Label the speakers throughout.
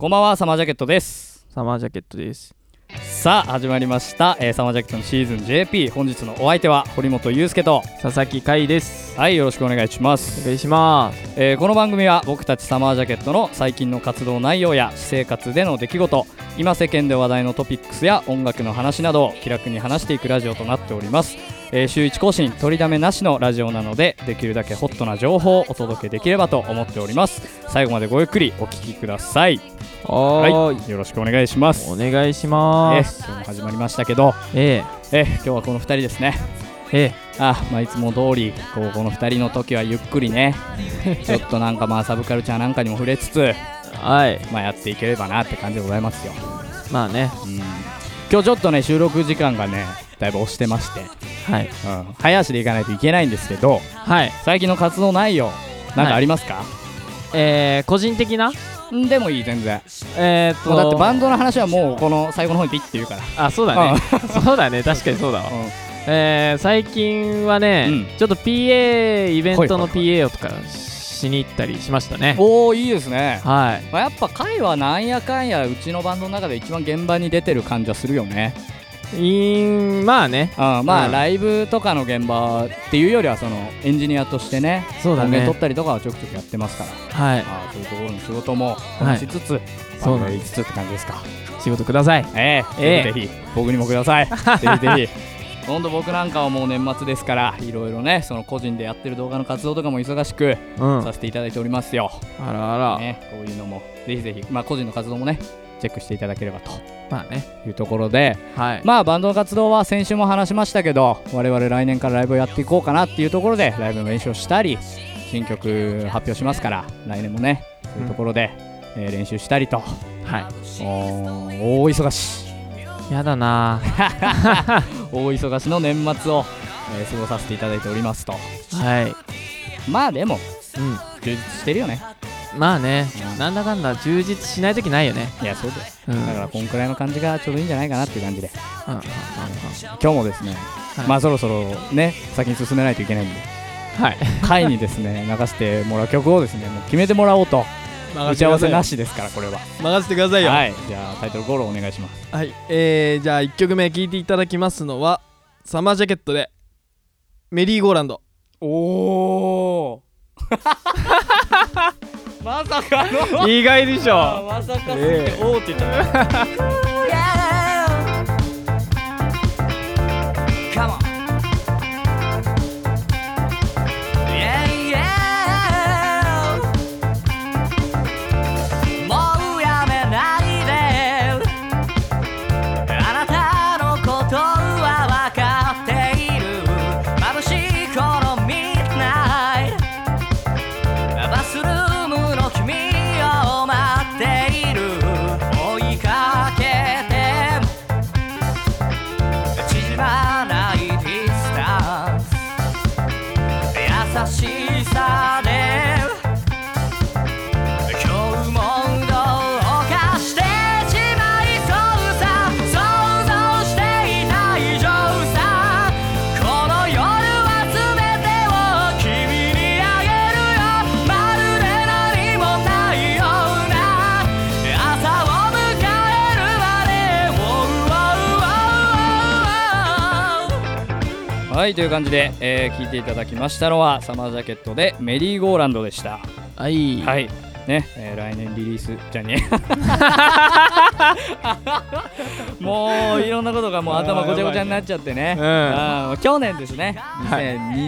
Speaker 1: こんばんはサマージャケットです
Speaker 2: サマージャケットです。
Speaker 1: さあ始まりました、えーサマージャケットのシーズン JP 本日のお相手は堀本裕介と
Speaker 2: 佐々木海です。
Speaker 1: はいよろしくお願いします
Speaker 2: お願いします。
Speaker 1: えーこの番組は僕たちサマージャケットの最近の活動内容や私生活での出来事今世間で話題のトピックスや音楽の話などを気楽に話していくラジオとなっております、えー週1更新取りだめなしのラジオなのでできるだけホットな情報をお届けできればと思っております最後までごゆっくりお聞きください
Speaker 2: は
Speaker 1: は
Speaker 2: ーい。
Speaker 1: いよろしくお願いします
Speaker 2: お願いしま
Speaker 1: えー
Speaker 2: す。
Speaker 1: 今日も始まりましたけど、
Speaker 2: え
Speaker 1: えー今日はこの2人ですね
Speaker 2: ええ
Speaker 1: あまあいつも通りこうこの2人の時はゆっくりね ちょっとなんかまあサブカルチャーなんかにも触れつつ、
Speaker 2: えはい。
Speaker 1: まあ、やっていければなって感じでございますよ、
Speaker 2: まあね。
Speaker 1: うん、今日ちょっとね収録時間がねだいぶ押してまして、
Speaker 2: はい。
Speaker 1: うん、早足でいかないといけないんですけど
Speaker 2: はい。
Speaker 1: 最近の活動内容なんかありますか、
Speaker 2: えー、個人的な
Speaker 1: うんでもいい全然
Speaker 2: えーっと。
Speaker 1: もうだってバンドの話はもうこの最後の方にピッて言うから
Speaker 2: あ、そうだね。 そうだね。確かにそうだわ。えー、最近はね、
Speaker 1: う
Speaker 2: ちょっと PA、イベント
Speaker 1: はい
Speaker 2: の
Speaker 1: はい
Speaker 2: PA をとかしに行ったりしましたね。
Speaker 1: おおいいですね
Speaker 2: はい。
Speaker 1: まあ、やっぱ会はなんやかんやうちのバンドの中で一番現場に出てる感じはするよね、
Speaker 2: いん、まあね。
Speaker 1: うん、まあ、
Speaker 2: うん
Speaker 1: ライブとかの現場っていうよりはそのエンジニアとしてね
Speaker 2: そうだ
Speaker 1: 音源
Speaker 2: ね
Speaker 1: 取。ったりとかはちょくちょくやってますから
Speaker 2: はい。
Speaker 1: ああそういうところの仕事もこなしつつ、
Speaker 2: そうなん
Speaker 1: バンド
Speaker 2: で
Speaker 1: 行きつつって感じですか
Speaker 2: 仕事ください。
Speaker 1: ええ
Speaker 2: え
Speaker 1: ぜ
Speaker 2: え
Speaker 1: ひぜひ僕にもくだ さいぜひぜひほんと僕なんかはもう年末ですからいろいろねその個人でやってる動画の活動とかも忙しく
Speaker 2: うん。あ
Speaker 1: させていただいておりますよ、
Speaker 2: らあら。
Speaker 1: ね、こういうのもぜひぜひ、まあ、個人の活動もねチェックしていただければと
Speaker 2: まあね。
Speaker 1: いうところで、
Speaker 2: はい。
Speaker 1: まあ、バンドの活動は先週も話しましたけど我々来年からライブをやっていこうかなっていうところでライブの練習をしたり新曲発表しますから来年もねそういうところで、えー練習したりと
Speaker 2: は
Speaker 1: おー大忙 し
Speaker 2: い。やだな
Speaker 1: 大忙しの年末を、えー過ごさせていただいておりますと
Speaker 2: ぁはい。
Speaker 1: まあでも
Speaker 2: う
Speaker 1: 充実してるよね
Speaker 2: ん。まあね
Speaker 1: う、ん
Speaker 2: なんだかんだ充実しないときないよね。
Speaker 1: いやそうです
Speaker 2: うん。うん。
Speaker 1: だからこんくらいの感じがちょうどいいんじゃないかなっていう感じで
Speaker 2: うんうん
Speaker 1: 今日もですね、
Speaker 2: はい
Speaker 1: まあそろそろね先に進めないといけないんで
Speaker 2: はい。
Speaker 1: 会にですね流してもらう曲をですねもう決めてもらおうと打ち合わせな
Speaker 2: し。
Speaker 1: しですからこれは
Speaker 2: 任せてくださいよ。
Speaker 1: はいじゃあタイトルゴールお願いします
Speaker 2: はい。えー、じゃあ1曲目聴いていただきますのは、サマージャケットで、メリーゴーランド。
Speaker 1: おお まさかの
Speaker 2: 意外でしょ。
Speaker 1: まさか
Speaker 2: すげえ
Speaker 1: おおって言っちゃった
Speaker 3: Come on. Yeah, yeah. もうやめないで。あなたのことは分かっている。眩しいこのミッドナイト。バスルームの君を待っている。追いかけて。縮まないディスタンス優しさで今日もどうかしてしまいそうさ想像していた以上さこの夜は全てを君にあげるよまるで何もないような朝を迎えるまで Oh, oh, oh, oh, oh.
Speaker 1: はいという感じで、えー、聞いていただきましたのはサマージャケットでメリーゴーランドでした
Speaker 2: はい。
Speaker 1: はいね、えー来年リリースじゃね えもういろんなことがもう頭ごちゃごちゃになっちゃってね
Speaker 2: あーやばいね
Speaker 1: あー去年ですね
Speaker 2: い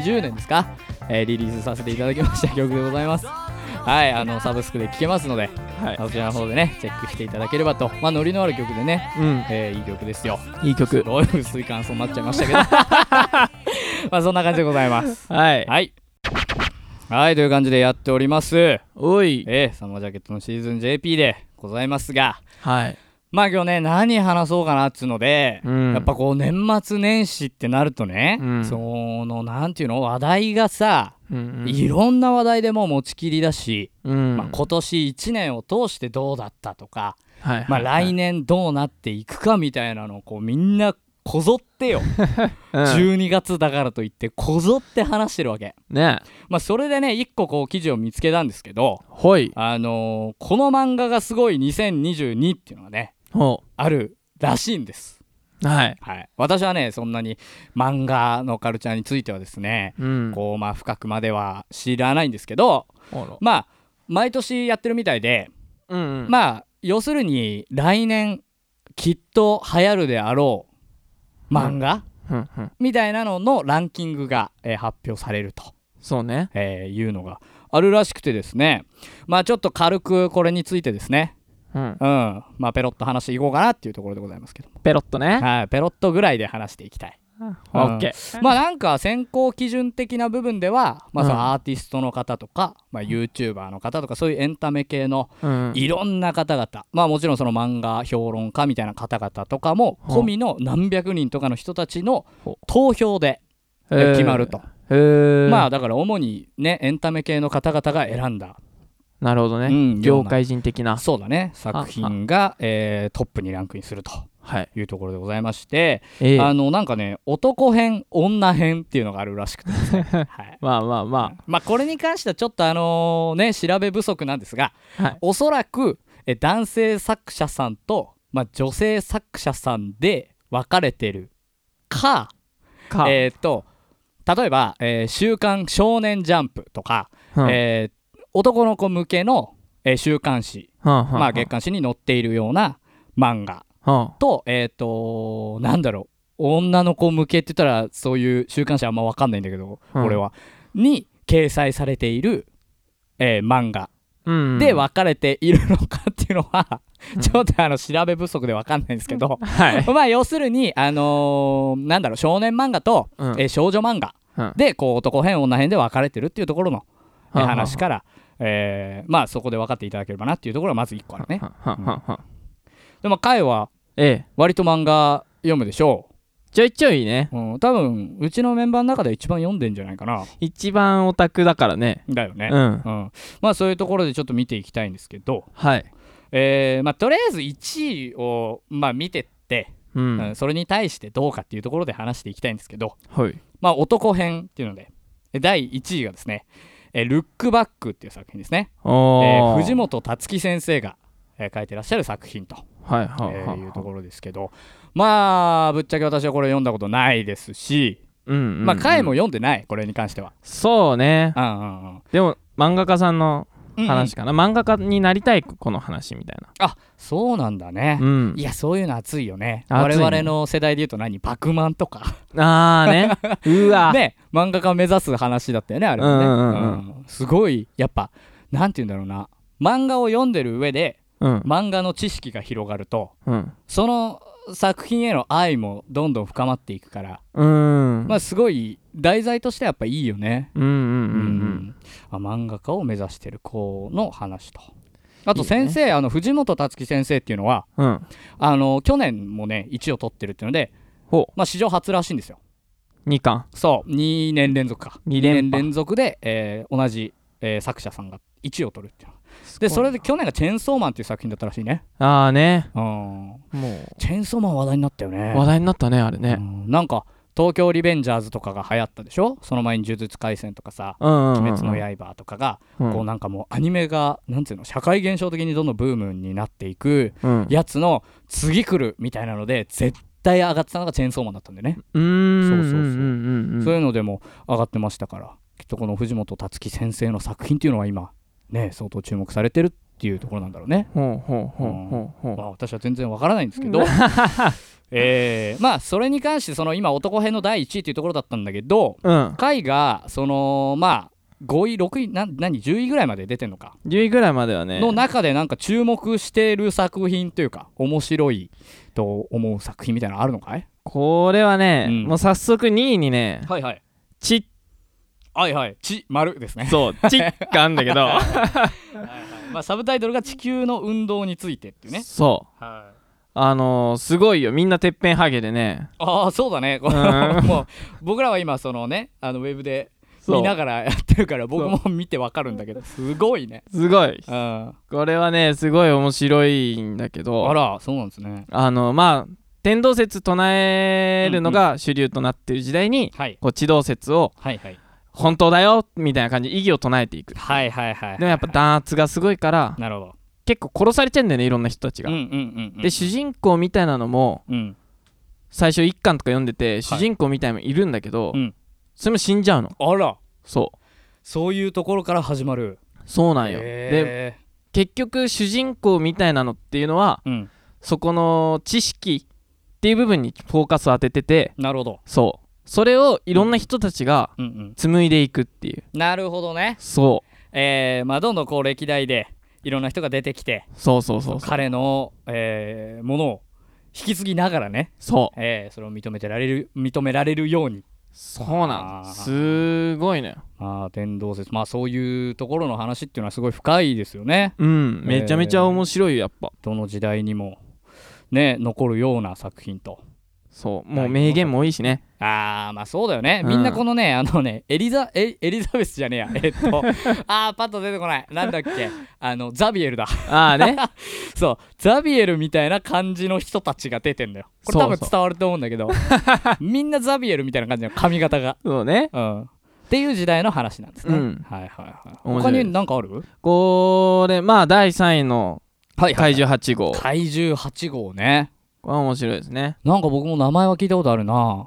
Speaker 1: 2020年ですか、えーリリースさせていただきました曲でございますはいあのサブスクで聴けますので、
Speaker 2: はい
Speaker 1: そちらの方でねチェックしていただければとまあノリのある曲でね、えーいい曲ですよ
Speaker 2: うん。いい
Speaker 1: す
Speaker 2: 曲。
Speaker 1: ごい薄い感想になっちゃいましたけど まあそんな感じでございます
Speaker 2: は い。
Speaker 1: はいはいという感じでやっております
Speaker 2: おい。
Speaker 1: ええ、サマージャケットのシーズン JP でございますが、
Speaker 2: はい。
Speaker 1: まあ今日ね、何話そうかなっつうので、
Speaker 2: うん
Speaker 1: やっぱこう年末年始ってなるとね、
Speaker 2: うん
Speaker 1: その、なんていうの、話題がさ、
Speaker 2: うん
Speaker 1: いろんな話題でもう持ちきりだし、
Speaker 2: うん。
Speaker 1: まあ、今年1年を通してどうだったとか、
Speaker 2: はい。
Speaker 1: まあ
Speaker 2: はい
Speaker 1: 来。年どうなっていくかみたいなのをこうみんなこぞってよ、
Speaker 2: うん
Speaker 1: 12月だからといってこぞって話してるわけ
Speaker 2: ね
Speaker 1: まあそれでね一個こう記事を見つけたんですけど
Speaker 2: ほい
Speaker 1: あのーこの漫画がすごい2022っていうのがね
Speaker 2: ほ
Speaker 1: あるらしいんです
Speaker 2: うはい
Speaker 1: はい私はねそんなに漫画のカルチャーについてはですね
Speaker 2: うん
Speaker 1: こうまあ深くまでは知らないんですけど
Speaker 2: あら
Speaker 1: まあ毎年やってるみたいで
Speaker 2: うんうん
Speaker 1: まあ要するに来年きっと流行るであろう漫画、
Speaker 2: うんうん
Speaker 1: みたいなののランキングが、えー発表されると、
Speaker 2: そうね
Speaker 1: えーいうのがあるらしくてですねまあちょっと軽くこれについてですね
Speaker 2: うん
Speaker 1: うんまあペロッと話していこうかなっていうところでございますけども
Speaker 2: ペロッとね
Speaker 1: はいペロッとぐらいで話していきたい
Speaker 2: オッケー
Speaker 1: まあなんか選考基準的な部分では、まあ、そ
Speaker 2: うん
Speaker 1: のアーティストの方とか、まあ、YouTuber の方とかそういうエンタメ系の
Speaker 2: うん
Speaker 1: いろんな方々まあもちろんその漫画評論家みたいな方々とかも
Speaker 2: はあ
Speaker 1: 込みの何百人とかの人たちの
Speaker 2: ほ
Speaker 1: 投票でえ
Speaker 2: えー
Speaker 1: ー決まると、
Speaker 2: へー
Speaker 1: まあだから主にねエンタメ系の方々が選んだ
Speaker 2: なるほど
Speaker 1: う
Speaker 2: ね
Speaker 1: ん
Speaker 2: 業界人的な
Speaker 1: そうだね作品が、えートップにランクインすると
Speaker 2: はい
Speaker 1: いうところでございまして、
Speaker 2: ええ
Speaker 1: あのなんかね男編女編っていうのがあるらしくてです ね、はい、
Speaker 2: まあまあま
Speaker 1: まあこれに関してはちょっとあのね調べ不足なんですが、
Speaker 2: はい
Speaker 1: おそらくえ男性作者さんと、まあ、女性作者さんで分かれてるか
Speaker 2: あか
Speaker 1: えーっと例えば、えー週刊少年ジャンプ」とか、
Speaker 2: うん
Speaker 1: えー男の子向けの、えー週刊誌、ま
Speaker 2: ま
Speaker 1: あ、月刊誌に載っているような漫画
Speaker 2: は
Speaker 1: とえーっとなんだろう女の子向けって言ったらそういう週刊誌あんま分かんないんだけど、
Speaker 2: うん
Speaker 1: 俺はに掲載されている、えー漫画
Speaker 2: あ
Speaker 1: で分かれているのかっていうのは、
Speaker 2: うん
Speaker 1: ちょっとあの調べ不足で分かんないんですけど、
Speaker 2: はい
Speaker 1: まあ要するに、あのーなんだろう少年漫画と、
Speaker 2: うん
Speaker 1: えー少女漫画
Speaker 2: うん
Speaker 1: でこう男編女編で分かれてるっていうところの、えー
Speaker 2: はあはあ
Speaker 1: 話から、えーまあそこで分かっていただければなっていうところがまず1個あるね。
Speaker 2: はははは
Speaker 1: でも彼は
Speaker 2: ええ
Speaker 1: 割と漫画読むでしょ
Speaker 2: ちょいちょいね
Speaker 1: う、うん、多分うちのメンバーの中で一番読んでんじゃないかな
Speaker 2: 一番オタクだからね
Speaker 1: だよね、
Speaker 2: うん
Speaker 1: うん、まあそういうところでちょっと見ていきたいんですけど、
Speaker 2: はい
Speaker 1: えーまあ、とりあえず1位を、まあ、見てって、
Speaker 2: う
Speaker 1: うん
Speaker 2: ん
Speaker 1: それに対してどうかっていうところで話していきたいんですけど、
Speaker 2: はい
Speaker 1: まあ、男編っていうのでえ第1位がですね「えルックバック」っていう作品ですね、え
Speaker 2: お
Speaker 1: ー
Speaker 2: ー
Speaker 1: 藤本辰樹先生が、えー書いてらっしゃる作品と、
Speaker 2: はい
Speaker 1: え
Speaker 2: はいは
Speaker 1: ー
Speaker 2: い
Speaker 1: いうところですけどまあぶっちゃけ私はこれ読んだことないですし、
Speaker 2: うんうん
Speaker 1: まあ回も読んでないこれに関して は。
Speaker 2: そうね
Speaker 1: うんうんうん
Speaker 2: でも漫画家さんの
Speaker 1: うんうん
Speaker 2: 話かな漫画家になりたいこの話みたい
Speaker 1: あそうなんだね
Speaker 2: な、うん
Speaker 1: いやそういうの熱いよね
Speaker 2: 熱いね
Speaker 1: 我々の世代で言うと何「バクマン」とか
Speaker 2: あ あねうわ
Speaker 1: ね漫画家を目指す話だったよねあれもね、
Speaker 2: うんうん
Speaker 1: うんすごいやっぱなんて言うんだろうな漫画を読んでる上で
Speaker 2: うん
Speaker 1: 漫画の知識が広がると
Speaker 2: うん
Speaker 1: その作品への愛もどんどん深まっていくから、
Speaker 2: うん
Speaker 1: まあすごい題材としてやっぱいいよね、
Speaker 2: うんうん
Speaker 1: う
Speaker 2: うん
Speaker 1: あ漫画家を目指してる子の話とあ
Speaker 2: い
Speaker 1: と
Speaker 2: いね
Speaker 1: 先生あの藤本辰樹先生っていうのは
Speaker 2: うんうん
Speaker 1: あの去年もね1位を取ってるっていうので、
Speaker 2: ほ
Speaker 1: まあ、史上初らしいんですよ
Speaker 2: う2巻
Speaker 1: そう2年連続か
Speaker 2: 二
Speaker 1: 2
Speaker 2: 連覇
Speaker 1: 年連続で、えー同じ、えー作者さんが1位を取るっていうでそれで去年が「チェーンソーマン」っていう作品だったらしいね
Speaker 2: ああね
Speaker 1: うん
Speaker 2: も
Speaker 1: チェーンソーマン話題になったよ
Speaker 2: う
Speaker 1: ね
Speaker 2: 話題になったねあれね
Speaker 1: うんなんか「東京リベンジャーズ」とかが流行ったでしょその前に「呪術廻戦」とかさ
Speaker 2: うんうん
Speaker 1: 「
Speaker 2: うん
Speaker 1: 鬼滅の刃」とかが、
Speaker 2: うん
Speaker 1: こうなんかもうアニメがなんていうの社会現象的にどんどんブームになっていく
Speaker 2: うん
Speaker 1: やつの次来るみたいなので絶対上がってたのがチェーンソーマンだったんでね、
Speaker 2: うーん
Speaker 1: そうそうそうん
Speaker 2: うん
Speaker 1: そう
Speaker 2: う
Speaker 1: い
Speaker 2: ん
Speaker 1: うのでも上がってましたからきっとこの藤本辰樹先生の作品っていうのは今ね相当注目されてるっていうところなんだろうね、
Speaker 2: ほうほうほうほう
Speaker 1: ま
Speaker 2: ほ
Speaker 1: あ、私は全然わからないんですけ どえーまあそれに関してその今男編の第1位っていうところだったんだけど
Speaker 2: ううん
Speaker 1: 回がそのまあ5位6位な何10位ぐらいまで出てんのか、
Speaker 2: 10位ぐらいまではね
Speaker 1: の中でなんか注目している作品というか面白いと思う作品みたいなのあるのかい
Speaker 2: これはね、
Speaker 1: うん
Speaker 2: もう早速2位にね
Speaker 1: はいはい
Speaker 2: ちっ
Speaker 1: はいはい「ち」「丸」ですね
Speaker 2: そうちっがあんだけど
Speaker 1: まあ、サブタイトルが「地球の運動について」っていうね、
Speaker 2: そうあのー、すごいよみんなてっぺんハゲでね
Speaker 1: ああそうだねこれ
Speaker 2: う
Speaker 1: もう僕らは今そのねあのウェブで
Speaker 2: そう
Speaker 1: 見ながらやってるから僕も見てわかるんだけどすごいね、
Speaker 2: すごい
Speaker 1: うん、あ
Speaker 2: これはねすごい面白いんだけど
Speaker 1: らそうなんですね
Speaker 2: あのまあ天動説唱えるのが主流となっている時代に、
Speaker 1: はい
Speaker 2: こう地動説を
Speaker 1: はいはい
Speaker 2: 本当だよみたいな感じで意義を唱えていく
Speaker 1: はいはいはい
Speaker 2: でもやっぱ弾圧がすごいから
Speaker 1: なるほど
Speaker 2: 結構殺されちゃうんだよねいろんな人たちが、
Speaker 1: うんうんうん
Speaker 2: で主人公みたいなのも
Speaker 1: うん
Speaker 2: 最初一巻とか読んでて主人公みたいのもいるんだけど、
Speaker 1: うん
Speaker 2: それも死んじゃうの
Speaker 1: あら
Speaker 2: そう
Speaker 1: そういうところから始まる
Speaker 2: そうなんよ、で
Speaker 1: へ
Speaker 2: 結局主人公みたいなのっていうのは
Speaker 1: ーうん
Speaker 2: そこの知識っていう部分にフォーカスを当ててて
Speaker 1: なるほど
Speaker 2: そうそれをいろんな人たちが
Speaker 1: うんうん
Speaker 2: 紡いでいくっていう
Speaker 1: なるほどね
Speaker 2: そ
Speaker 1: えーまあどんどんこう歴代でいろんな人が出てきて
Speaker 2: うそうそうそうそう
Speaker 1: 彼のえーものを引き継ぎながらね
Speaker 2: そう
Speaker 1: えーそれを認めてられる認められるように
Speaker 2: そうな
Speaker 1: あー
Speaker 2: のすごいね
Speaker 1: ああ天動説まあそういうところの話っていうのはすごい深いですよね
Speaker 2: うんめちゃめちゃ面白いよやっぱ
Speaker 1: どの時代にもね残るような作品と
Speaker 2: そうもう名言も多いしね
Speaker 1: ああまあそうだよね
Speaker 2: うん
Speaker 1: みんなこのね、あのねエリザエエリザベスじゃねえやえっと ああパッと出てこないなんだっけあのザビエルだ
Speaker 2: ああね
Speaker 1: そうザビエルみたいな感じの人たちが出てんだよこれ多分
Speaker 2: そうそう
Speaker 1: 伝わると思うんだけ どみんなザビエルみたいな感じの髪型が
Speaker 2: そうね
Speaker 1: うんっていう時代の話なんですね、
Speaker 2: うん
Speaker 1: はいはいはい
Speaker 2: 面
Speaker 1: 他
Speaker 2: 白い
Speaker 1: に何かある
Speaker 2: これまあ第3位の
Speaker 1: はい
Speaker 2: 怪獣8号
Speaker 1: 怪獣8号ね
Speaker 2: これは面白いですね
Speaker 1: なんか僕も名前は聞いたことあるな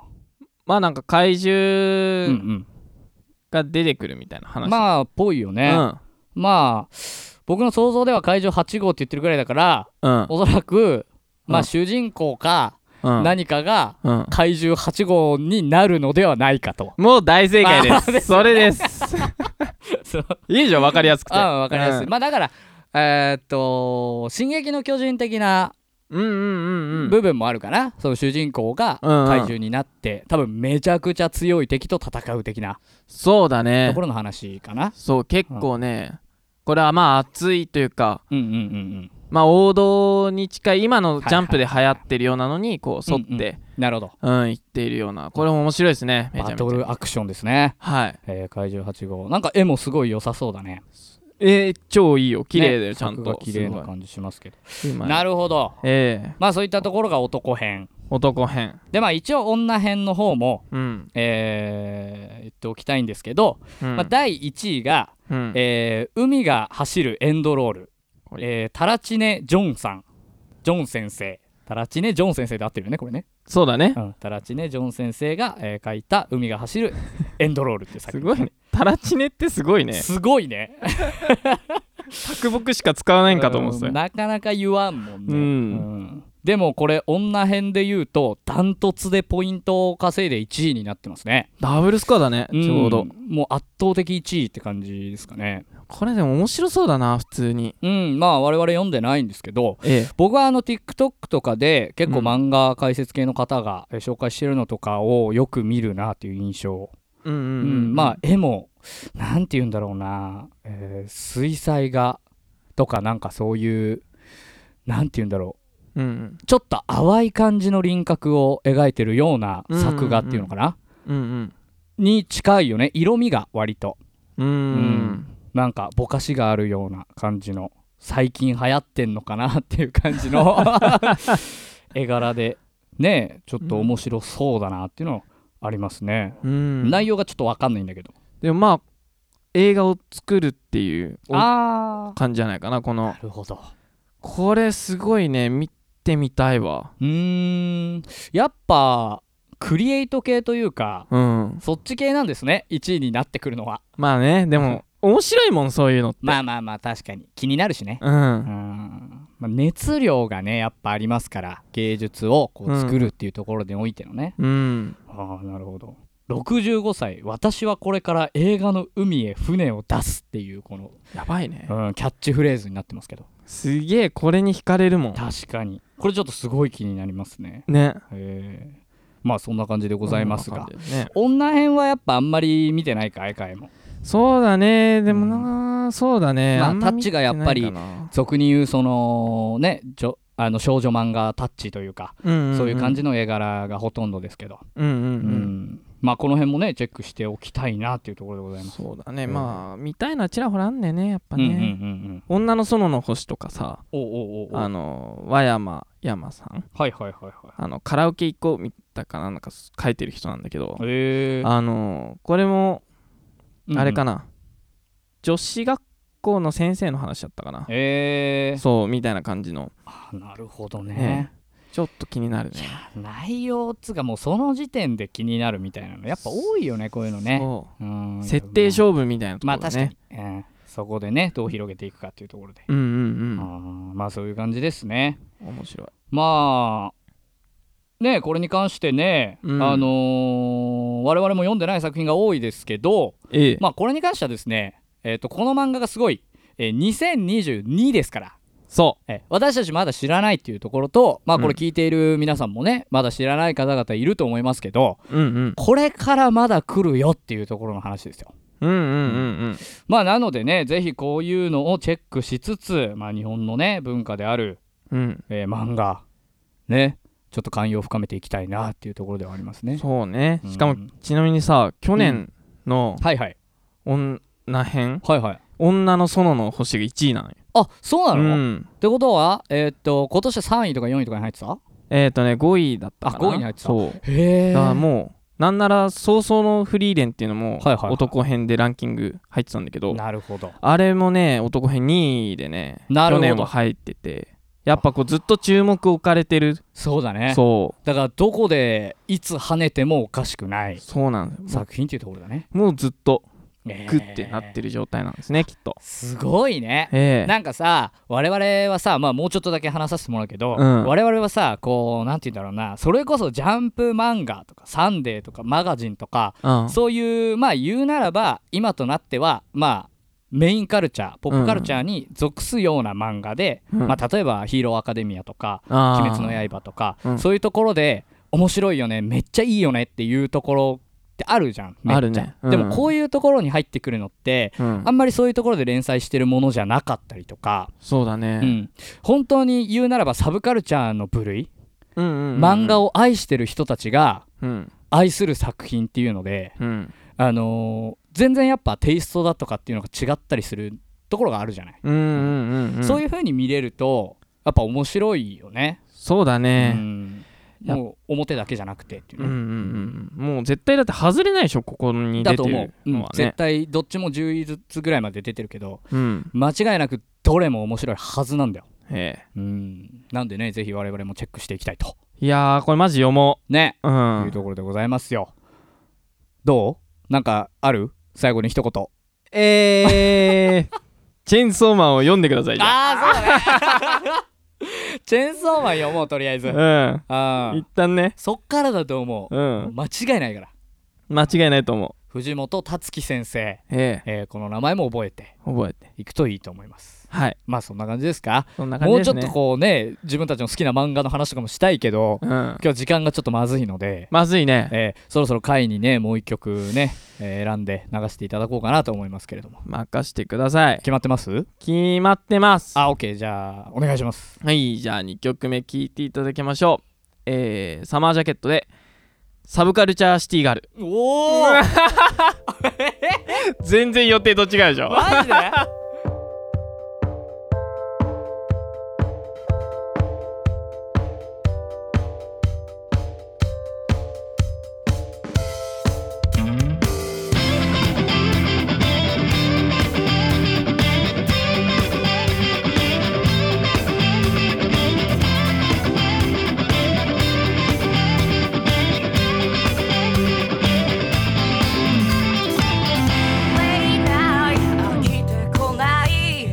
Speaker 2: まあなんか怪
Speaker 1: うん
Speaker 2: 獣
Speaker 1: う
Speaker 2: が出てくるみたいな話
Speaker 1: んまあぽいよね、まあ僕の想像では怪獣8号って言ってるぐらいだから
Speaker 2: うんうん
Speaker 1: おそらくまあ
Speaker 2: うん
Speaker 1: 主人公か
Speaker 2: うん
Speaker 1: 何かが
Speaker 2: うん
Speaker 1: 怪獣8号になるのではないかと
Speaker 2: もう大正解
Speaker 1: あ
Speaker 2: で
Speaker 1: ー
Speaker 2: す。それです。
Speaker 1: そう
Speaker 2: いいじゃん、わかりやすくて。
Speaker 1: ああ分かりやすい、
Speaker 2: うん
Speaker 1: まあだからえーっと「進撃の巨人」的な
Speaker 2: うんうんうんうん。
Speaker 1: 部分もあるかな、その主人公が
Speaker 2: うんうん
Speaker 1: 怪獣になって、多分めちゃくちゃ強い敵と戦う的な
Speaker 2: そうだ
Speaker 1: と
Speaker 2: ね
Speaker 1: こ。ろの話かな、
Speaker 2: そう、結構ね、これはまあ熱いというか、
Speaker 1: うんうんうんうん
Speaker 2: まあ王道に近い、今のジャンプで
Speaker 1: は
Speaker 2: 流
Speaker 1: いはい
Speaker 2: 行ってるようなのに、こう沿
Speaker 1: うんう
Speaker 2: っ
Speaker 1: ん
Speaker 2: て、
Speaker 1: なるほど
Speaker 2: うん、言っているような。これも面白いですね。めちゃめ
Speaker 1: バ
Speaker 2: ちゃ
Speaker 1: トルアクションですね、
Speaker 2: はい。
Speaker 1: えー怪獣8号なんか絵もすごい良さそうだね
Speaker 2: えー、超いいよ。綺麗だよ、
Speaker 1: ね
Speaker 2: ちゃん
Speaker 1: 作
Speaker 2: と。
Speaker 1: 画綺麗な感じしますけど
Speaker 2: すごい
Speaker 1: なるほど
Speaker 2: ええ
Speaker 1: まあそういったところが男編
Speaker 2: 男編。
Speaker 1: でまあ一応女編の方も、
Speaker 2: うん。
Speaker 1: えー言っておきたいんですけど、
Speaker 2: うん
Speaker 1: まあ、第1位が、
Speaker 2: うん
Speaker 1: えー海が走るエンドロール」
Speaker 2: これ
Speaker 1: えータラチネ・ジョンさんジョン先生タラチネ・ジョン先生で合ってるよねこれね、
Speaker 2: そうだね
Speaker 1: う。ん、タラチネ・ジョン先生が、えー書いた「海が走るエンドロール」っていう作
Speaker 2: す
Speaker 1: 品
Speaker 2: ごいね。タラチネってすごいね。
Speaker 1: すごいね
Speaker 2: 卓木しか使わないんかと思ってた
Speaker 1: う
Speaker 2: よ
Speaker 1: ん。なかなか言わんもんね、
Speaker 2: うん
Speaker 1: うんでもこれ女編で言うとダントツでポイントを稼いで1位になってますね
Speaker 2: ダブルスコアだね、ちょうど
Speaker 1: ん。もう圧倒的1位って感じですかね
Speaker 2: これでも面白そうだな、普通に。
Speaker 1: うんまあ我々読んでないんですけど
Speaker 2: え
Speaker 1: 僕はあの TikTok とかで結構
Speaker 2: うん
Speaker 1: 漫画解説系の方がえー紹介してるのとかをよく見るなという印象、
Speaker 2: え。うん
Speaker 1: う
Speaker 2: うんんうん。
Speaker 1: まあ、絵もなんて言うんだろうな、えー水彩画とかなんかそういうなんて言うんだろう
Speaker 2: うん
Speaker 1: ちょっと淡い感じの輪郭を描いてるような作画っていうのかな、
Speaker 2: うん。うん
Speaker 1: に近いよね色味が割と
Speaker 2: うん。うん
Speaker 1: んなんかぼかしがあるような感じの最近流行ってんのかなっていう感じの絵柄でねえちょっと面白そうだなっていうのありますね、
Speaker 2: うん。
Speaker 1: 内容がちょっと分かんないんだけど、
Speaker 2: でもまあ、映画を作るっていう
Speaker 1: ああ
Speaker 2: 感じじゃないかな、この
Speaker 1: な。るほど
Speaker 2: これすごいね、見てみたいわ。
Speaker 1: うーんやっぱクリエイト系というか
Speaker 2: うん。
Speaker 1: そっち系なんですね1位になってくるのは
Speaker 2: まあね、でも、面白いもん、そういうのって。
Speaker 1: まあまあまあ確かに気になるしね、
Speaker 2: うん。
Speaker 1: うんまあ、熱量がねやっぱありますから芸術をこう作るっていうところにおいてのね、
Speaker 2: うん。
Speaker 1: ああなるほど65歳私はこれから映画の海へ船を出すっていうこの、
Speaker 2: やばいね。
Speaker 1: うん、キャッチフレーズになってますけど
Speaker 2: すげえ、これに惹かれるもん。
Speaker 1: 確かにこれちょっとすごい気になりますね
Speaker 2: ね。
Speaker 1: へえまあそんな感じでございますが
Speaker 2: こんな、感じですね
Speaker 1: 女編はやっぱあんまり見てないかえかえも
Speaker 2: そうだね、でもな、そうだね。
Speaker 1: まあ
Speaker 2: んま
Speaker 1: タ
Speaker 2: 見
Speaker 1: ッチがやっぱり
Speaker 2: てないかな
Speaker 1: 俗に言うそのねじょあの少女漫画タッチというか、
Speaker 2: そ
Speaker 1: そういう感じの絵柄がほとんどですけど
Speaker 2: うんうんうん、
Speaker 1: うんまあこの辺もねチェックしておきたいなっていうところでございます。
Speaker 2: そうだね、
Speaker 1: うん
Speaker 2: まあ見たいのはちらほらあんねんねやっぱ
Speaker 1: うんうんうんう
Speaker 2: ね、
Speaker 1: ん。
Speaker 2: 女の園の星とかさ
Speaker 1: おうおうおうお
Speaker 2: あ
Speaker 1: う。
Speaker 2: の和山山さん
Speaker 1: はいはいはいはい。
Speaker 2: あのカラオケ行こうみたいかななんか書いてる人なんだけど
Speaker 1: え
Speaker 2: あのこれも
Speaker 1: ー、
Speaker 2: あれか
Speaker 1: な。
Speaker 2: な、女子学校の先生の話だったかな
Speaker 1: えー、
Speaker 2: そうみたいな感じの
Speaker 1: あなるほどね。
Speaker 2: ちょっと気になるね
Speaker 1: 内容っつうかもうその時点で気になるみたいなのやっぱ多いよねこういうのね。
Speaker 2: そううん設定勝負みたいなとこ
Speaker 1: まあ
Speaker 2: ろだ
Speaker 1: 確か
Speaker 2: ね
Speaker 1: に、、うんそこでねどう広げていくかっていうところで、
Speaker 2: うん
Speaker 1: あ
Speaker 2: うん
Speaker 1: ーまあそういう感じですね
Speaker 2: うん面白い
Speaker 1: まあねこれに関してね、
Speaker 2: うん
Speaker 1: あのー我々も読んでない作品が多いですけど
Speaker 2: ええ
Speaker 1: まあこれに関してはですねえっ、とこの漫画がすごい、えー2022ですから
Speaker 2: そ
Speaker 1: え私たちまだ知らないっていうところとまあこれ聞いている皆さんもね、まだ知らない方々いると思いますけど
Speaker 2: ううんうん
Speaker 1: これからまだ来るよっていうところの話ですよ
Speaker 2: うんうんうんうん
Speaker 1: まあなのでねぜひこういうのをチェックしつつ、まあ、日本のね文化である、
Speaker 2: うん
Speaker 1: えー漫画ねちょっと寛容を深めていきたいなっていうところではありますね
Speaker 2: そうね
Speaker 1: うん
Speaker 2: しかもちなみにさ去年の
Speaker 1: はいはい
Speaker 2: 女編
Speaker 1: はいはい
Speaker 2: 女の園の星が1位なのよ
Speaker 1: あそうな
Speaker 2: う
Speaker 1: の、っ
Speaker 2: ん
Speaker 1: てことはえーっと今年は3位とか4位とかに入ってた
Speaker 2: えっとね5位だったかな
Speaker 1: あ5位に入ってた
Speaker 2: そう
Speaker 1: へ
Speaker 2: だからもうなんなら早々のフリーレンっていうのも
Speaker 1: はいはいはい
Speaker 2: 男編でランキング入ってたんだけど
Speaker 1: なるほど
Speaker 2: あれもね男編2位でね
Speaker 1: なる
Speaker 2: 去
Speaker 1: ほど
Speaker 2: 年は入っててやっぱこうずっと注目置かれてる
Speaker 1: そうだね
Speaker 2: そ
Speaker 1: だからどこでいつ跳ねてもおかしくな
Speaker 2: う
Speaker 1: い
Speaker 2: そうなんです
Speaker 1: 作品っていうところだね
Speaker 2: もうずっと
Speaker 1: えー
Speaker 2: グッてなってる状態なんですねきっと
Speaker 1: すごいね
Speaker 2: ええ
Speaker 1: なんかさ我々はさ、まあ、もうちょっとだけ話させてもらうけど、
Speaker 2: うん
Speaker 1: 我々はさこうなんて言うんだろうなそれこそ「ジャンプ漫画」とか「サンデー」とか「マガジン」とか、
Speaker 2: うん
Speaker 1: そういうまあ言うならば今となってはまあメインカルチャーポップカルチャーに属すような漫画で、
Speaker 2: うん
Speaker 1: まあ、例えば「ヒーローアカデミア」とか「
Speaker 2: あー
Speaker 1: 鬼滅の刃」とか、
Speaker 2: うん
Speaker 1: そういうところで面白いよねめっちゃいいよねっていうところってあるじゃんめっちゃ
Speaker 2: あるねうん
Speaker 1: でもこういうところに入ってくるのって
Speaker 2: うん
Speaker 1: あんまりそういうところで連載してるものじゃなかったりとか、
Speaker 2: そうだ
Speaker 1: う
Speaker 2: ね
Speaker 1: ん本当に言うならばサブカルチャーの部類、漫
Speaker 2: 漫
Speaker 1: 画
Speaker 2: を
Speaker 1: を愛してる人たちが
Speaker 2: うん
Speaker 1: 愛する作品っていうので、
Speaker 2: うん
Speaker 1: あのー全然やっぱテイストだとかっていうのが違ったりするところがあるじゃない、
Speaker 2: うんうんうんうん
Speaker 1: そう
Speaker 2: う
Speaker 1: いう風に見れるとやっぱ面白いよね、
Speaker 2: そうだね
Speaker 1: うん
Speaker 2: やっ
Speaker 1: もう表だけじゃなくてっていう
Speaker 2: う
Speaker 1: ね、
Speaker 2: んうんうん、もう絶対だって外れないでしょここに
Speaker 1: だ
Speaker 2: 出
Speaker 1: と
Speaker 2: て
Speaker 1: 思
Speaker 2: る
Speaker 1: う、うん
Speaker 2: のはね
Speaker 1: 絶、対どっちも10位ずつぐらいまで出てるけど
Speaker 2: うん
Speaker 1: 間違いなくどれも面白いはずなんだよ
Speaker 2: え
Speaker 1: うん、なんでね、ぜひ我々もチェックしていきたいと。
Speaker 2: えいやーこれマジ読も
Speaker 1: ね、
Speaker 2: う、うん、
Speaker 1: いうところでございますよ。どうなんかある最後に一言。
Speaker 2: えー、チェーンソーマンを読んでくださいじゃ
Speaker 1: ああ、そうね。チェーンソーマン読もう、とりあえず。あ
Speaker 2: あうん
Speaker 1: あ
Speaker 2: 一、旦ね
Speaker 1: そっからだと思う。
Speaker 2: うん
Speaker 1: 間違いないから。
Speaker 2: 間違いないと思
Speaker 1: 藤本達樹先生、
Speaker 2: うええ
Speaker 1: えーこの名前も覚えて
Speaker 2: 覚えて
Speaker 1: いくといいと思います。
Speaker 2: はい
Speaker 1: まあそんな感じですか
Speaker 2: そんな感じ
Speaker 1: もうち
Speaker 2: です
Speaker 1: ょっ
Speaker 2: ね
Speaker 1: とこうね、自分たちの好きな漫画の話とかもしたいけど、
Speaker 2: うん
Speaker 1: 今日時間がちょっとまずいので、
Speaker 2: まずいね
Speaker 1: えーそろそろ回にねもう一曲ね、えー選んで流していただこうかなと思いますけれども
Speaker 2: 任してください
Speaker 1: 決まってます
Speaker 2: 決まってます
Speaker 1: あ OK じゃあお願いします
Speaker 2: はいじゃあ2曲目聴いていただきましょうえー、サマージャケットでサブカルチャーシティガール
Speaker 1: おお
Speaker 2: 全然予定と違うでしょ
Speaker 1: マジ で
Speaker 3: 「飽きてこない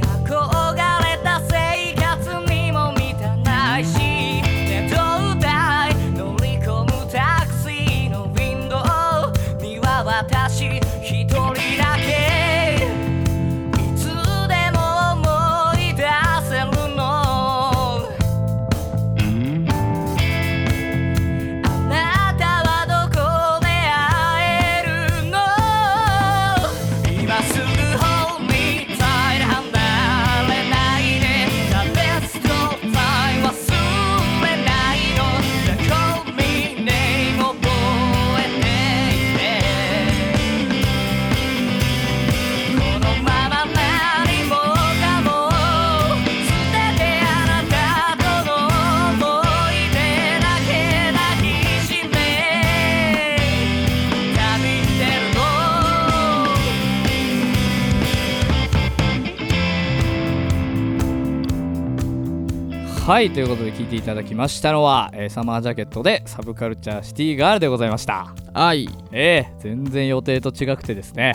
Speaker 1: はいということで聞いていただきましたのは、えーサマージャケットでサブカルチャーシティガールでございました
Speaker 2: はい
Speaker 1: ええ全然予定と違くてです ね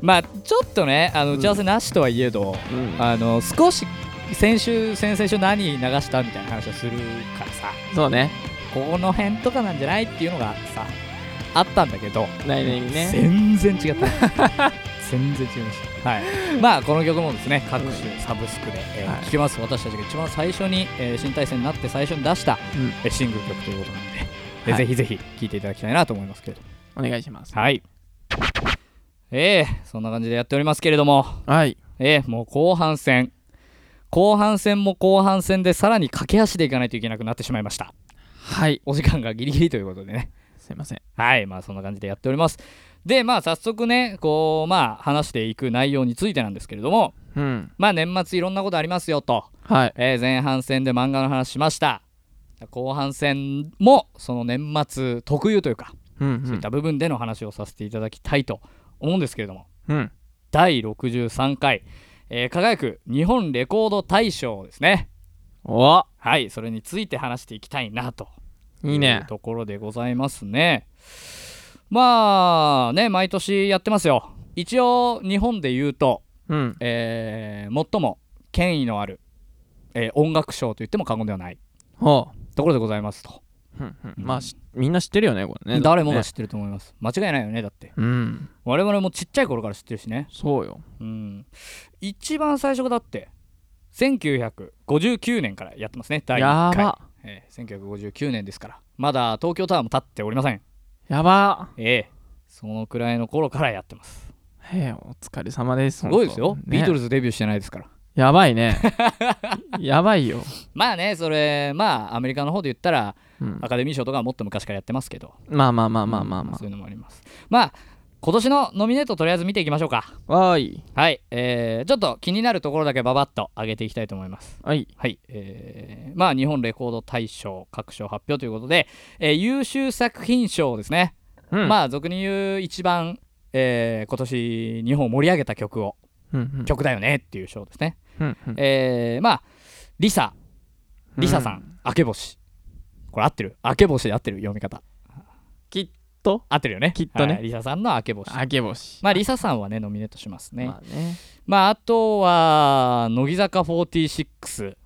Speaker 1: まあちょっとねあの打ち合わせなしとはいえど、
Speaker 2: うん
Speaker 1: あの少し先週先々週何流したみたいな話をするからさ
Speaker 2: そうね
Speaker 1: この辺とかなんじゃないっていうのがさあったんだけど
Speaker 2: 来年にね
Speaker 1: 全然違った 全然違いましたはいまあこの曲もですね各種サブスクで、えー
Speaker 2: はい
Speaker 1: 聴けます私たちが一番最初に、えー新体制になって最初に出した、
Speaker 2: うん
Speaker 1: えーシングル曲ということなんで、えー
Speaker 2: は
Speaker 1: ぜ
Speaker 2: い
Speaker 1: ひぜひ聴いていただきたいなと思いますけれども
Speaker 2: お願いします
Speaker 1: はいえー、そんな感じでやっておりますけれども
Speaker 2: はい
Speaker 1: えー、もう後半戦後半戦も後半戦でさらに駆け足でいかないといけなくなってしまいました
Speaker 2: はい
Speaker 1: お時間がギリギリということでね
Speaker 2: すいません
Speaker 1: はいまあそんな感じでやっておりますでまあ早速ねこうまあ話していく内容についてなんですけれども
Speaker 2: うん
Speaker 1: まあ年末いろんなことありますよと、
Speaker 2: はい
Speaker 1: えー前半戦で漫画の話しました後半戦もその年末特有というか
Speaker 2: うん
Speaker 1: そういった部分での話をさせていただきたいと思うんですけれども
Speaker 2: うんうん
Speaker 1: 第63回、えー輝く日本レコード大賞ですね
Speaker 2: お
Speaker 1: はいそれについて話していきたいなと
Speaker 2: いいね
Speaker 1: うところでございますねまあね毎年やってますよ一応日本で言うと、
Speaker 2: うん
Speaker 1: えー最も権威のある、えー音楽賞と言っても過言ではない
Speaker 2: ほ
Speaker 1: ところでございますと、
Speaker 2: ううんうんまあしみんな知ってるよねこれね
Speaker 1: 誰もが
Speaker 2: ね
Speaker 1: 知ってると思います、間違いないよねだって
Speaker 2: うん
Speaker 1: 我々もちっちゃい頃から知ってるしね
Speaker 2: そうよ
Speaker 1: うん一番最初がだって1959年からやってますね第
Speaker 2: や
Speaker 1: 1回、
Speaker 2: ば
Speaker 1: えー1959年ですからまだ東京タワーも建っておりません
Speaker 2: やば
Speaker 1: ええそのくらいの頃からやってます
Speaker 2: へえお疲れ様です
Speaker 1: すごいですよ、
Speaker 2: 本当ね
Speaker 1: ビートルズデビューしてないですから
Speaker 2: やばいね やばいよ
Speaker 1: まあねそれまあアメリカの方で言ったら
Speaker 2: うん
Speaker 1: アカデミー賞とかはもっと昔からやってますけど
Speaker 2: まあまあまあまあまあま
Speaker 1: そういうのもありますまあ今年のノミネートとりあえず見ていきましょうか
Speaker 2: あわーい
Speaker 1: はいえー、ちょっと気になるところだけババッと上げていきたいと思います
Speaker 2: はい
Speaker 1: はいえー、まあ日本レコード大賞各賞発表ということで、えー優秀作品賞ですね、
Speaker 2: うん
Speaker 1: まあ俗に言う一番、えー今年日本を盛り上げた曲を
Speaker 2: うんうん
Speaker 1: 曲だよねっていう賞ですね
Speaker 2: うんうん
Speaker 1: えーまあリサリサさん、
Speaker 2: う
Speaker 1: 明け星これ合ってる明け星で合ってる読み方
Speaker 2: きっと
Speaker 1: 合ってるよね
Speaker 2: きっとね
Speaker 1: はいリサさんの明け星
Speaker 2: 明け星
Speaker 1: まあリサさんはねノミネートしますね、まあ、
Speaker 2: まあね
Speaker 1: あとは乃木坂46、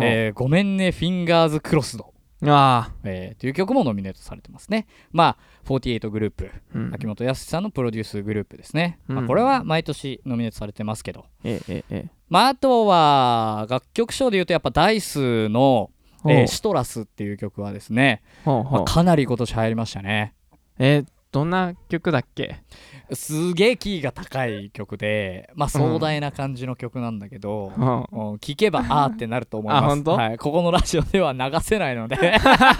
Speaker 1: えーごめんねフィンガーズクロスド
Speaker 2: うんああ
Speaker 1: えーという曲もノミネートされてますね。まあ、48グループ、
Speaker 2: うん
Speaker 1: 秋元康さんのプロデュースグループですね。まあ、
Speaker 2: うん
Speaker 1: これは毎年ノミネートされてますけど、
Speaker 2: えええ
Speaker 1: まあ、あとは楽曲賞でいうとやっぱダイスの「え
Speaker 2: え
Speaker 1: ーシトラス」っていう曲はですね、
Speaker 2: ほう
Speaker 1: ま
Speaker 2: ほ
Speaker 1: あ
Speaker 2: う
Speaker 1: かなり今年流行りましたね
Speaker 2: えーどんな曲だっけ
Speaker 1: すげえキーが高い曲で、まあ、壮大な感じの曲なんだけど、
Speaker 2: うん
Speaker 1: うん聞け ばあーってなると思います
Speaker 2: あ本当
Speaker 1: はい、ここのラジオでは流せない ので、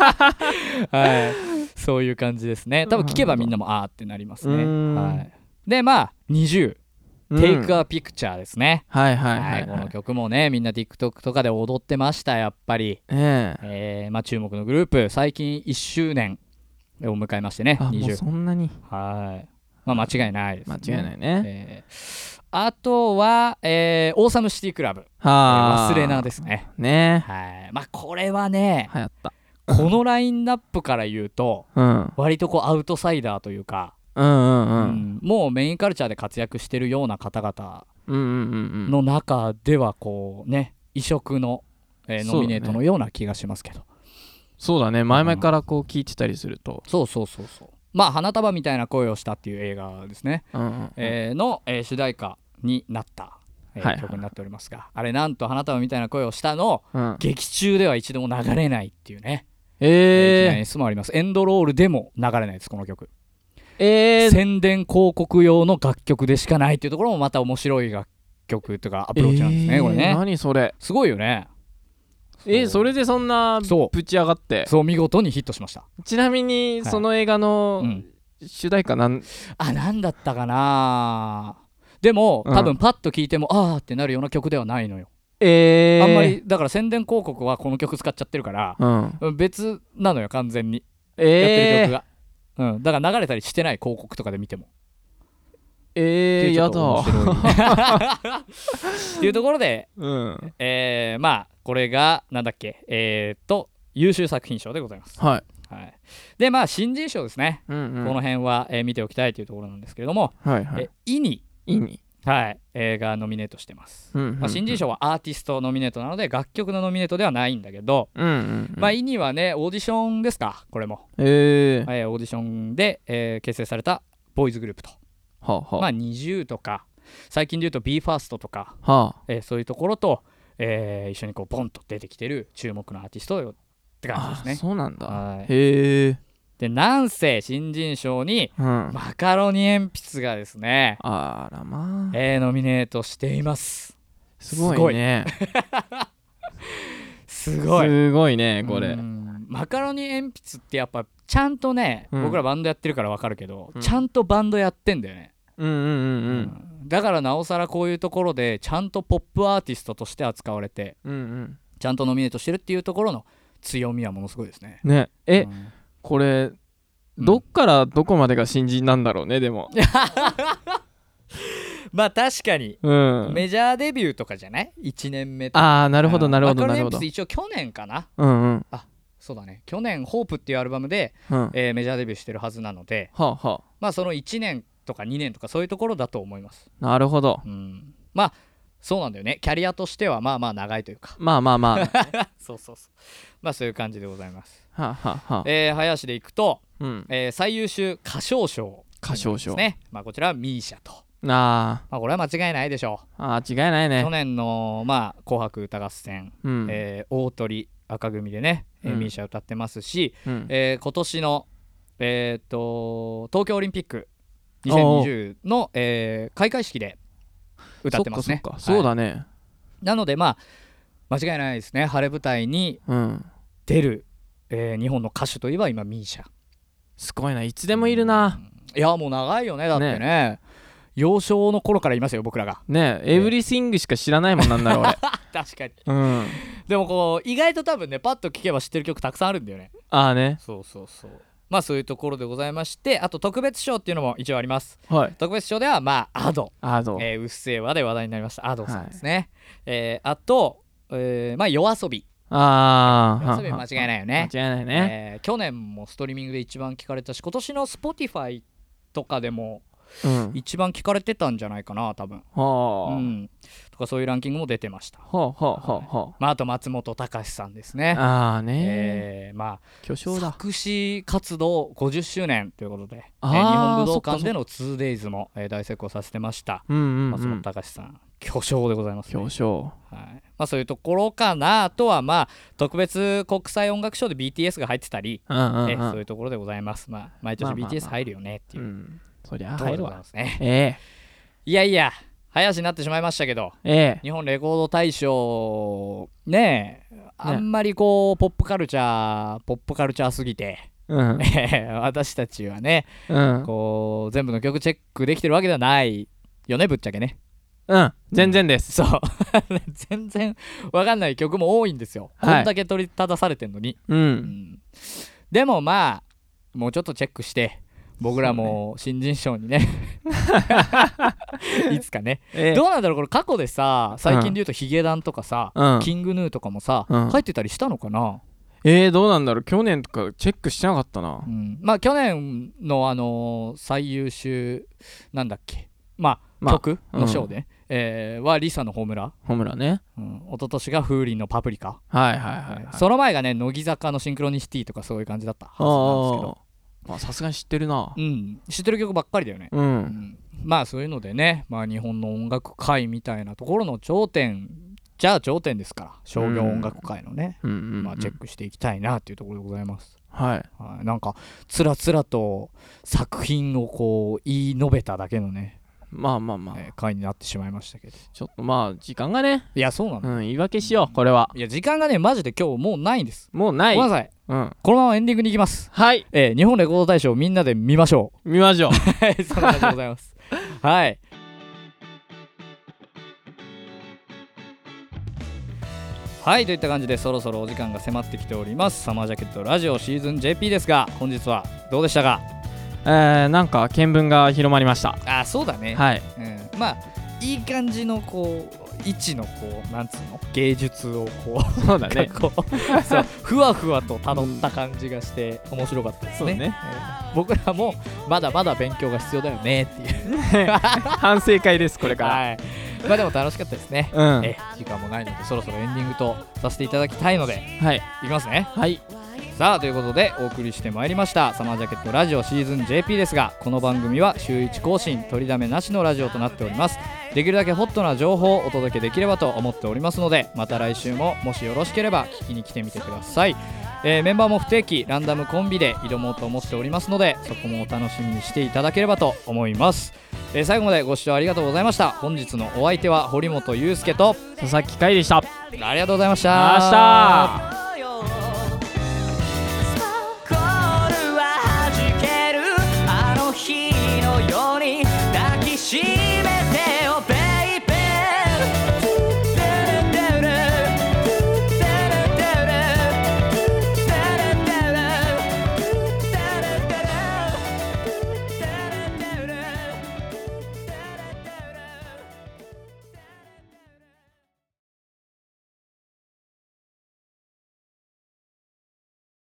Speaker 1: はい、そういう感じですね多分聞けばみんなもあーってなります
Speaker 2: う
Speaker 1: ね、
Speaker 2: ーん
Speaker 1: はい、でまあ20「Take a Picture」ですね、
Speaker 2: はいはい
Speaker 1: は、
Speaker 2: はいい
Speaker 1: こ
Speaker 2: は
Speaker 1: の
Speaker 2: い
Speaker 1: 曲もねみんな TikTok とかで踊ってましたやっぱり、
Speaker 2: ええ
Speaker 1: えーまあ、注目のグループ最近1周年を迎えましてね
Speaker 2: あもう
Speaker 1: 20
Speaker 2: そんなに
Speaker 1: はいまあ間違いないです、
Speaker 2: 間
Speaker 1: ね、、
Speaker 2: 違いないいね
Speaker 1: えーあとは、えーオーサムシティクラブ
Speaker 2: はあ
Speaker 1: 忘れなですね
Speaker 2: ね
Speaker 1: はいまあこれはね
Speaker 2: 流行った
Speaker 1: このラインナップから言うと
Speaker 2: うんうん
Speaker 1: 割とこうアウトサイダーというか、
Speaker 2: うんう
Speaker 1: うんんもうメインカルチャーで活躍してるような方々
Speaker 2: うんうんうんうん
Speaker 1: の中ではこうね異色の、えー
Speaker 2: そ
Speaker 1: ノ
Speaker 2: うだね
Speaker 1: ミネートのような気がしますけど
Speaker 2: そうだね前々からこう聞いてたりすると
Speaker 1: そうそうそうそうまあ花束みたいな声をしたっていう映画ですね、
Speaker 2: うんうん
Speaker 1: えーの、えー主題歌になった、えー
Speaker 2: はいはい
Speaker 1: 曲になっておりますがあれなんと花束みたいな声をしたの
Speaker 2: うん
Speaker 1: 劇中では一度も流れないっていうね、えー、
Speaker 2: え
Speaker 1: 演出もありますエンドロールでも流れないですこの曲
Speaker 2: ーえー
Speaker 1: 宣伝広告用の楽曲でしかないっていうところもまた面白い楽曲というかアプローチなんですね、
Speaker 2: えー
Speaker 1: これね
Speaker 2: 何それ
Speaker 1: すごいよね
Speaker 2: えーそれでそんな
Speaker 1: そう
Speaker 2: ぶち上がって
Speaker 1: そう見事にヒットしました、
Speaker 2: ちなみに
Speaker 1: はい
Speaker 2: その映画の
Speaker 1: うん、
Speaker 2: 主題歌なん
Speaker 1: あ何だったかなでも
Speaker 2: うん
Speaker 1: 多分パッと聞いても、あーってなるような曲ではないのよ、
Speaker 2: えー
Speaker 1: あんまりだから宣伝広告はこの曲使っちゃってるから
Speaker 2: うん
Speaker 1: 別なのよ完全にやってる曲
Speaker 2: えー
Speaker 1: が、うん、だから流れたりしてない広告とかで見てもって
Speaker 2: え
Speaker 1: い
Speaker 2: ー、
Speaker 1: うちょ
Speaker 2: や
Speaker 1: っと面
Speaker 2: だ。
Speaker 1: 白い っていうところで、
Speaker 2: うん。
Speaker 1: えーまあこれがなんだっけえーっと優秀作品賞でございます、
Speaker 2: はい。
Speaker 1: はい、でまあ新人賞ですね、
Speaker 2: うんうん
Speaker 1: この辺は、えー見ておきたいというところなんですけれども、
Speaker 2: はいはい
Speaker 1: え。イに、
Speaker 2: 意味。
Speaker 1: はい、映画ノミネートしてます、
Speaker 2: うんうん
Speaker 1: まあ、新人賞はアーティストノミネートなので楽曲のノミネートではないんだけど、
Speaker 2: うんうんうん。
Speaker 1: まあ、イにはねオーディションですかこれも、
Speaker 2: えー。
Speaker 1: えーオーディションで、えー結成されたボーイズグループと、
Speaker 2: はあは
Speaker 1: まあ、20とか最近で言うと BE:FIRST とか、
Speaker 2: あ。は
Speaker 1: えーそういうところと、えー一緒にこうボンと出てきてる注目のアーティストよって感
Speaker 2: あ。
Speaker 1: じ
Speaker 2: あ、
Speaker 1: ですね。
Speaker 2: そうなんだ。
Speaker 1: はい
Speaker 2: へえ。
Speaker 1: でなんせ新人賞に
Speaker 2: うん。
Speaker 1: マカロニ鉛筆がですね、
Speaker 2: あらまあ。
Speaker 1: えーノミネートしています。
Speaker 2: すごいね。
Speaker 1: す
Speaker 2: す
Speaker 1: ごい
Speaker 2: ごいね、こ
Speaker 1: う
Speaker 2: れ。
Speaker 1: んマカロニ鉛筆ってやっぱちゃんとね、
Speaker 2: うん
Speaker 1: 僕らバンドやってるからわかるけど、
Speaker 2: うん
Speaker 1: ちゃんとバンドやってんだよね、
Speaker 2: うんうんう
Speaker 1: うんだからなおさらこういうところでちゃんとポップアーティストとして扱われて
Speaker 2: うん。うん
Speaker 1: ちゃんとノミネートしてるっていうところの強みはものすごいですね
Speaker 2: うん。ね。え
Speaker 1: う、ん
Speaker 2: これ、どっからどこまでが新人なんだろうね、でも。
Speaker 1: まあ確かに
Speaker 2: うん。
Speaker 1: メジャーデビューとかじゃない1年目とか
Speaker 2: ああ、なるほど、なるほど、
Speaker 1: マカロ
Speaker 2: な
Speaker 1: ニ
Speaker 2: るほ
Speaker 1: 鉛
Speaker 2: ど
Speaker 1: 筆。一応去年かな
Speaker 2: うんうん。
Speaker 1: そうだね去年「ホープっていうアルバムで、
Speaker 2: うん。は
Speaker 1: えーメジャーデビューしてるはずなので
Speaker 2: あはあ。
Speaker 1: まあその1年とか2年とかそういうところだと思います
Speaker 2: なるほど。
Speaker 1: うん、まあそうなんだよねキャリアとしてはまあまあ長いという か
Speaker 2: まあま あまあ。は
Speaker 1: そうそうそうまあそういう感じでございます、
Speaker 2: あはあはあ。
Speaker 1: えー、林でいくと、
Speaker 2: うん。
Speaker 1: えー最優秀歌唱賞
Speaker 2: 歌唱賞
Speaker 1: ですね、まあ、こちらは MISIA と、
Speaker 2: あ
Speaker 1: まあ、これは間違いないでしょ、
Speaker 2: ーあー、違いないうね
Speaker 1: 去。年の、まあ「紅白歌合戦」
Speaker 2: うん。
Speaker 1: えー大鳥赤組でね、えー、
Speaker 2: うん
Speaker 1: MISIA 歌ってますし、
Speaker 2: うん
Speaker 1: えー今年のえーっと東京オリンピック2020の、えー開会式で歌ってますね
Speaker 2: そっかそっか
Speaker 1: はい
Speaker 2: そうだね。
Speaker 1: なのでまあ間違いないですね晴れ舞台に
Speaker 2: うん。
Speaker 1: 出る、えー日本の歌手といえば今ミーシャ
Speaker 2: すごいな。いつでもいるな。
Speaker 1: いやもう長いよねだってね幼少の頃からいますよ僕ら が
Speaker 2: ねえ、エブリシングしか知らないもんなんだろ う、俺。
Speaker 1: 確かに
Speaker 2: うん。
Speaker 1: でもこう意外と多分ねパッと聴けば知ってる曲たくさんあるんだよね
Speaker 2: ああね。
Speaker 1: そうそうそうまあそういうところでございましてあと特別賞っていうのも一応あります
Speaker 2: はい。
Speaker 1: 特別賞ではまあアド
Speaker 2: あーどう。
Speaker 1: えーうっせぇわで話題になりましたアドさんですね、えーあと、えーまあ夜遊び
Speaker 2: ああ。
Speaker 1: 夜遊び間違いないよね
Speaker 2: 間違いないね。
Speaker 1: えー去年もストリーミングで一番聞かれたし今年の Spotify とかでも
Speaker 2: うん。
Speaker 1: 一番聞かれてたんじゃないかな多分、う
Speaker 2: は
Speaker 1: ん、とかそういうランキングも出てました、
Speaker 2: あ。はあはあはあは
Speaker 1: まあ、あと松本隆さんですね
Speaker 2: あ。ああね。
Speaker 1: えーま
Speaker 2: 巨
Speaker 1: あ
Speaker 2: 匠だ。
Speaker 1: 作詞活動50周年ということで、えー
Speaker 2: あー
Speaker 1: 日本武道館での 2days も、えー大成功させてました、
Speaker 2: うんうんう
Speaker 1: 松本
Speaker 2: ん。
Speaker 1: 隆さん巨匠でございます、ね
Speaker 2: 巨匠。
Speaker 1: はいまあ、そういうところかなあとはまあ特別国際音楽賞で BTS が入ってたり、
Speaker 2: うんうん
Speaker 1: えそう
Speaker 2: う
Speaker 1: い
Speaker 2: ん。
Speaker 1: うところでございます。まあ、毎年
Speaker 2: まあまあまあ
Speaker 1: BTS 入るよねって
Speaker 2: う
Speaker 1: いう。
Speaker 2: ん。そりゃ
Speaker 1: ところ
Speaker 2: 入
Speaker 1: で
Speaker 2: る
Speaker 1: ござい
Speaker 2: わ。
Speaker 1: ますね。
Speaker 2: え
Speaker 1: いやいや、早しになってしまいましたけど、
Speaker 2: え。ええ。
Speaker 1: 日本レコード大賞、ねえ、あんまりこう、ポップカルチャー、ポップカルチャーすぎて、
Speaker 2: うん。
Speaker 1: 私たちはね、
Speaker 2: うん。
Speaker 1: こう、全部の曲チェックできてるわけではないよね、ぶっちゃけね。
Speaker 2: うん。全然です。
Speaker 1: そう。全然わかんない曲も多いんですよ。
Speaker 2: はい
Speaker 1: こんだけ取り立たされてんのに。
Speaker 2: う。
Speaker 1: うんんでもまあもうちょっとチェックして僕らも新人賞に ねいつかね
Speaker 2: ええ。
Speaker 1: どうなんだろうこれ過去でさ最近で言うとヒゲダンとかさ、
Speaker 2: うん。
Speaker 1: キングヌーとかもさ、
Speaker 2: うん
Speaker 1: 入ってたりしたのかな、
Speaker 2: えー、どうなんだろう去年とかチェックしてなかったな
Speaker 1: う。んまあ去年のあのー最優秀なんだっけまあ、
Speaker 2: まあ
Speaker 1: 曲の賞で、えーはリサのホムラ、
Speaker 2: ホムラね。
Speaker 1: うん、一昨年が風鈴のパプリカ、
Speaker 2: はいはいはい、はい。
Speaker 1: その前がね乃木坂のシンクロニシティとかそういう感じだったはずなんですけど
Speaker 2: ああ。まあさすがに知ってるな。
Speaker 1: うん、知ってる曲ばっかりだよね、
Speaker 2: う。
Speaker 1: うんんまあそういうのでね、まあ、日本の音楽界みたいなところの頂点じゃあ頂点ですから商業音楽界のね、
Speaker 2: うんうん、うん。
Speaker 1: まあ、チェックしていきたいなっていうところでございます、
Speaker 2: はい。
Speaker 1: はい、なんかつらつらと作品をこう言い述べただけのね、
Speaker 2: まあまあまあ。
Speaker 1: えー回になってしまいましたけど
Speaker 2: ちょっとまあ時間がね。
Speaker 1: いやそうなの、
Speaker 2: うん。言い訳しよう、これは。
Speaker 1: いや時間がねマジで今日もうないんです、
Speaker 2: もうない。
Speaker 1: ごめんなさい
Speaker 2: うん。
Speaker 1: このままエンディングに行きます、
Speaker 2: はい。
Speaker 1: えー日本レコード大賞みんなで見ましょう
Speaker 2: 見 ましょう。
Speaker 1: はいそんな感じでございます はいはいといった感じでそろそろお時間が迫ってきておりますサマージャケットラジオシーズン JP ですが本日はどうでしたか
Speaker 2: えー、なんか見聞が広まりました
Speaker 1: あそうだね、
Speaker 2: はい
Speaker 1: うん、まあいい感じのこう位置のこうなんつうの芸術をこう
Speaker 2: そうだ
Speaker 1: なん
Speaker 2: ね
Speaker 1: かこ うそうふわふわとたどった感じがして面白かったですね,、
Speaker 2: そうね
Speaker 1: えー僕らもまだまだ勉強が必要だよねっていう
Speaker 2: 反省会ですこれから、
Speaker 1: はいまあでも楽しかったですね、
Speaker 2: うん
Speaker 1: え時間もないのでそろそろエンディングとさせていただきたいので
Speaker 2: はい
Speaker 1: いきますね
Speaker 2: はい
Speaker 1: さあということでお送りしてまいりました「サマージャケットラジオシーズン JP」ですがこの番組は週1更新取りだめなしのラジオとなっておりますできるだけホットな情報をお届けできればと思っておりますのでまた来週ももしよろしければ聞きに来てみてください、えーメンバーも不定期ランダムコンビで挑もうと思っておりますのでそこもお楽しみにしていただければと思います、えー最後までご視聴ありがとうございました本日のお相手は堀本裕介と
Speaker 2: 佐々木海でした
Speaker 1: ありがとうございました
Speaker 2: あした
Speaker 3: 「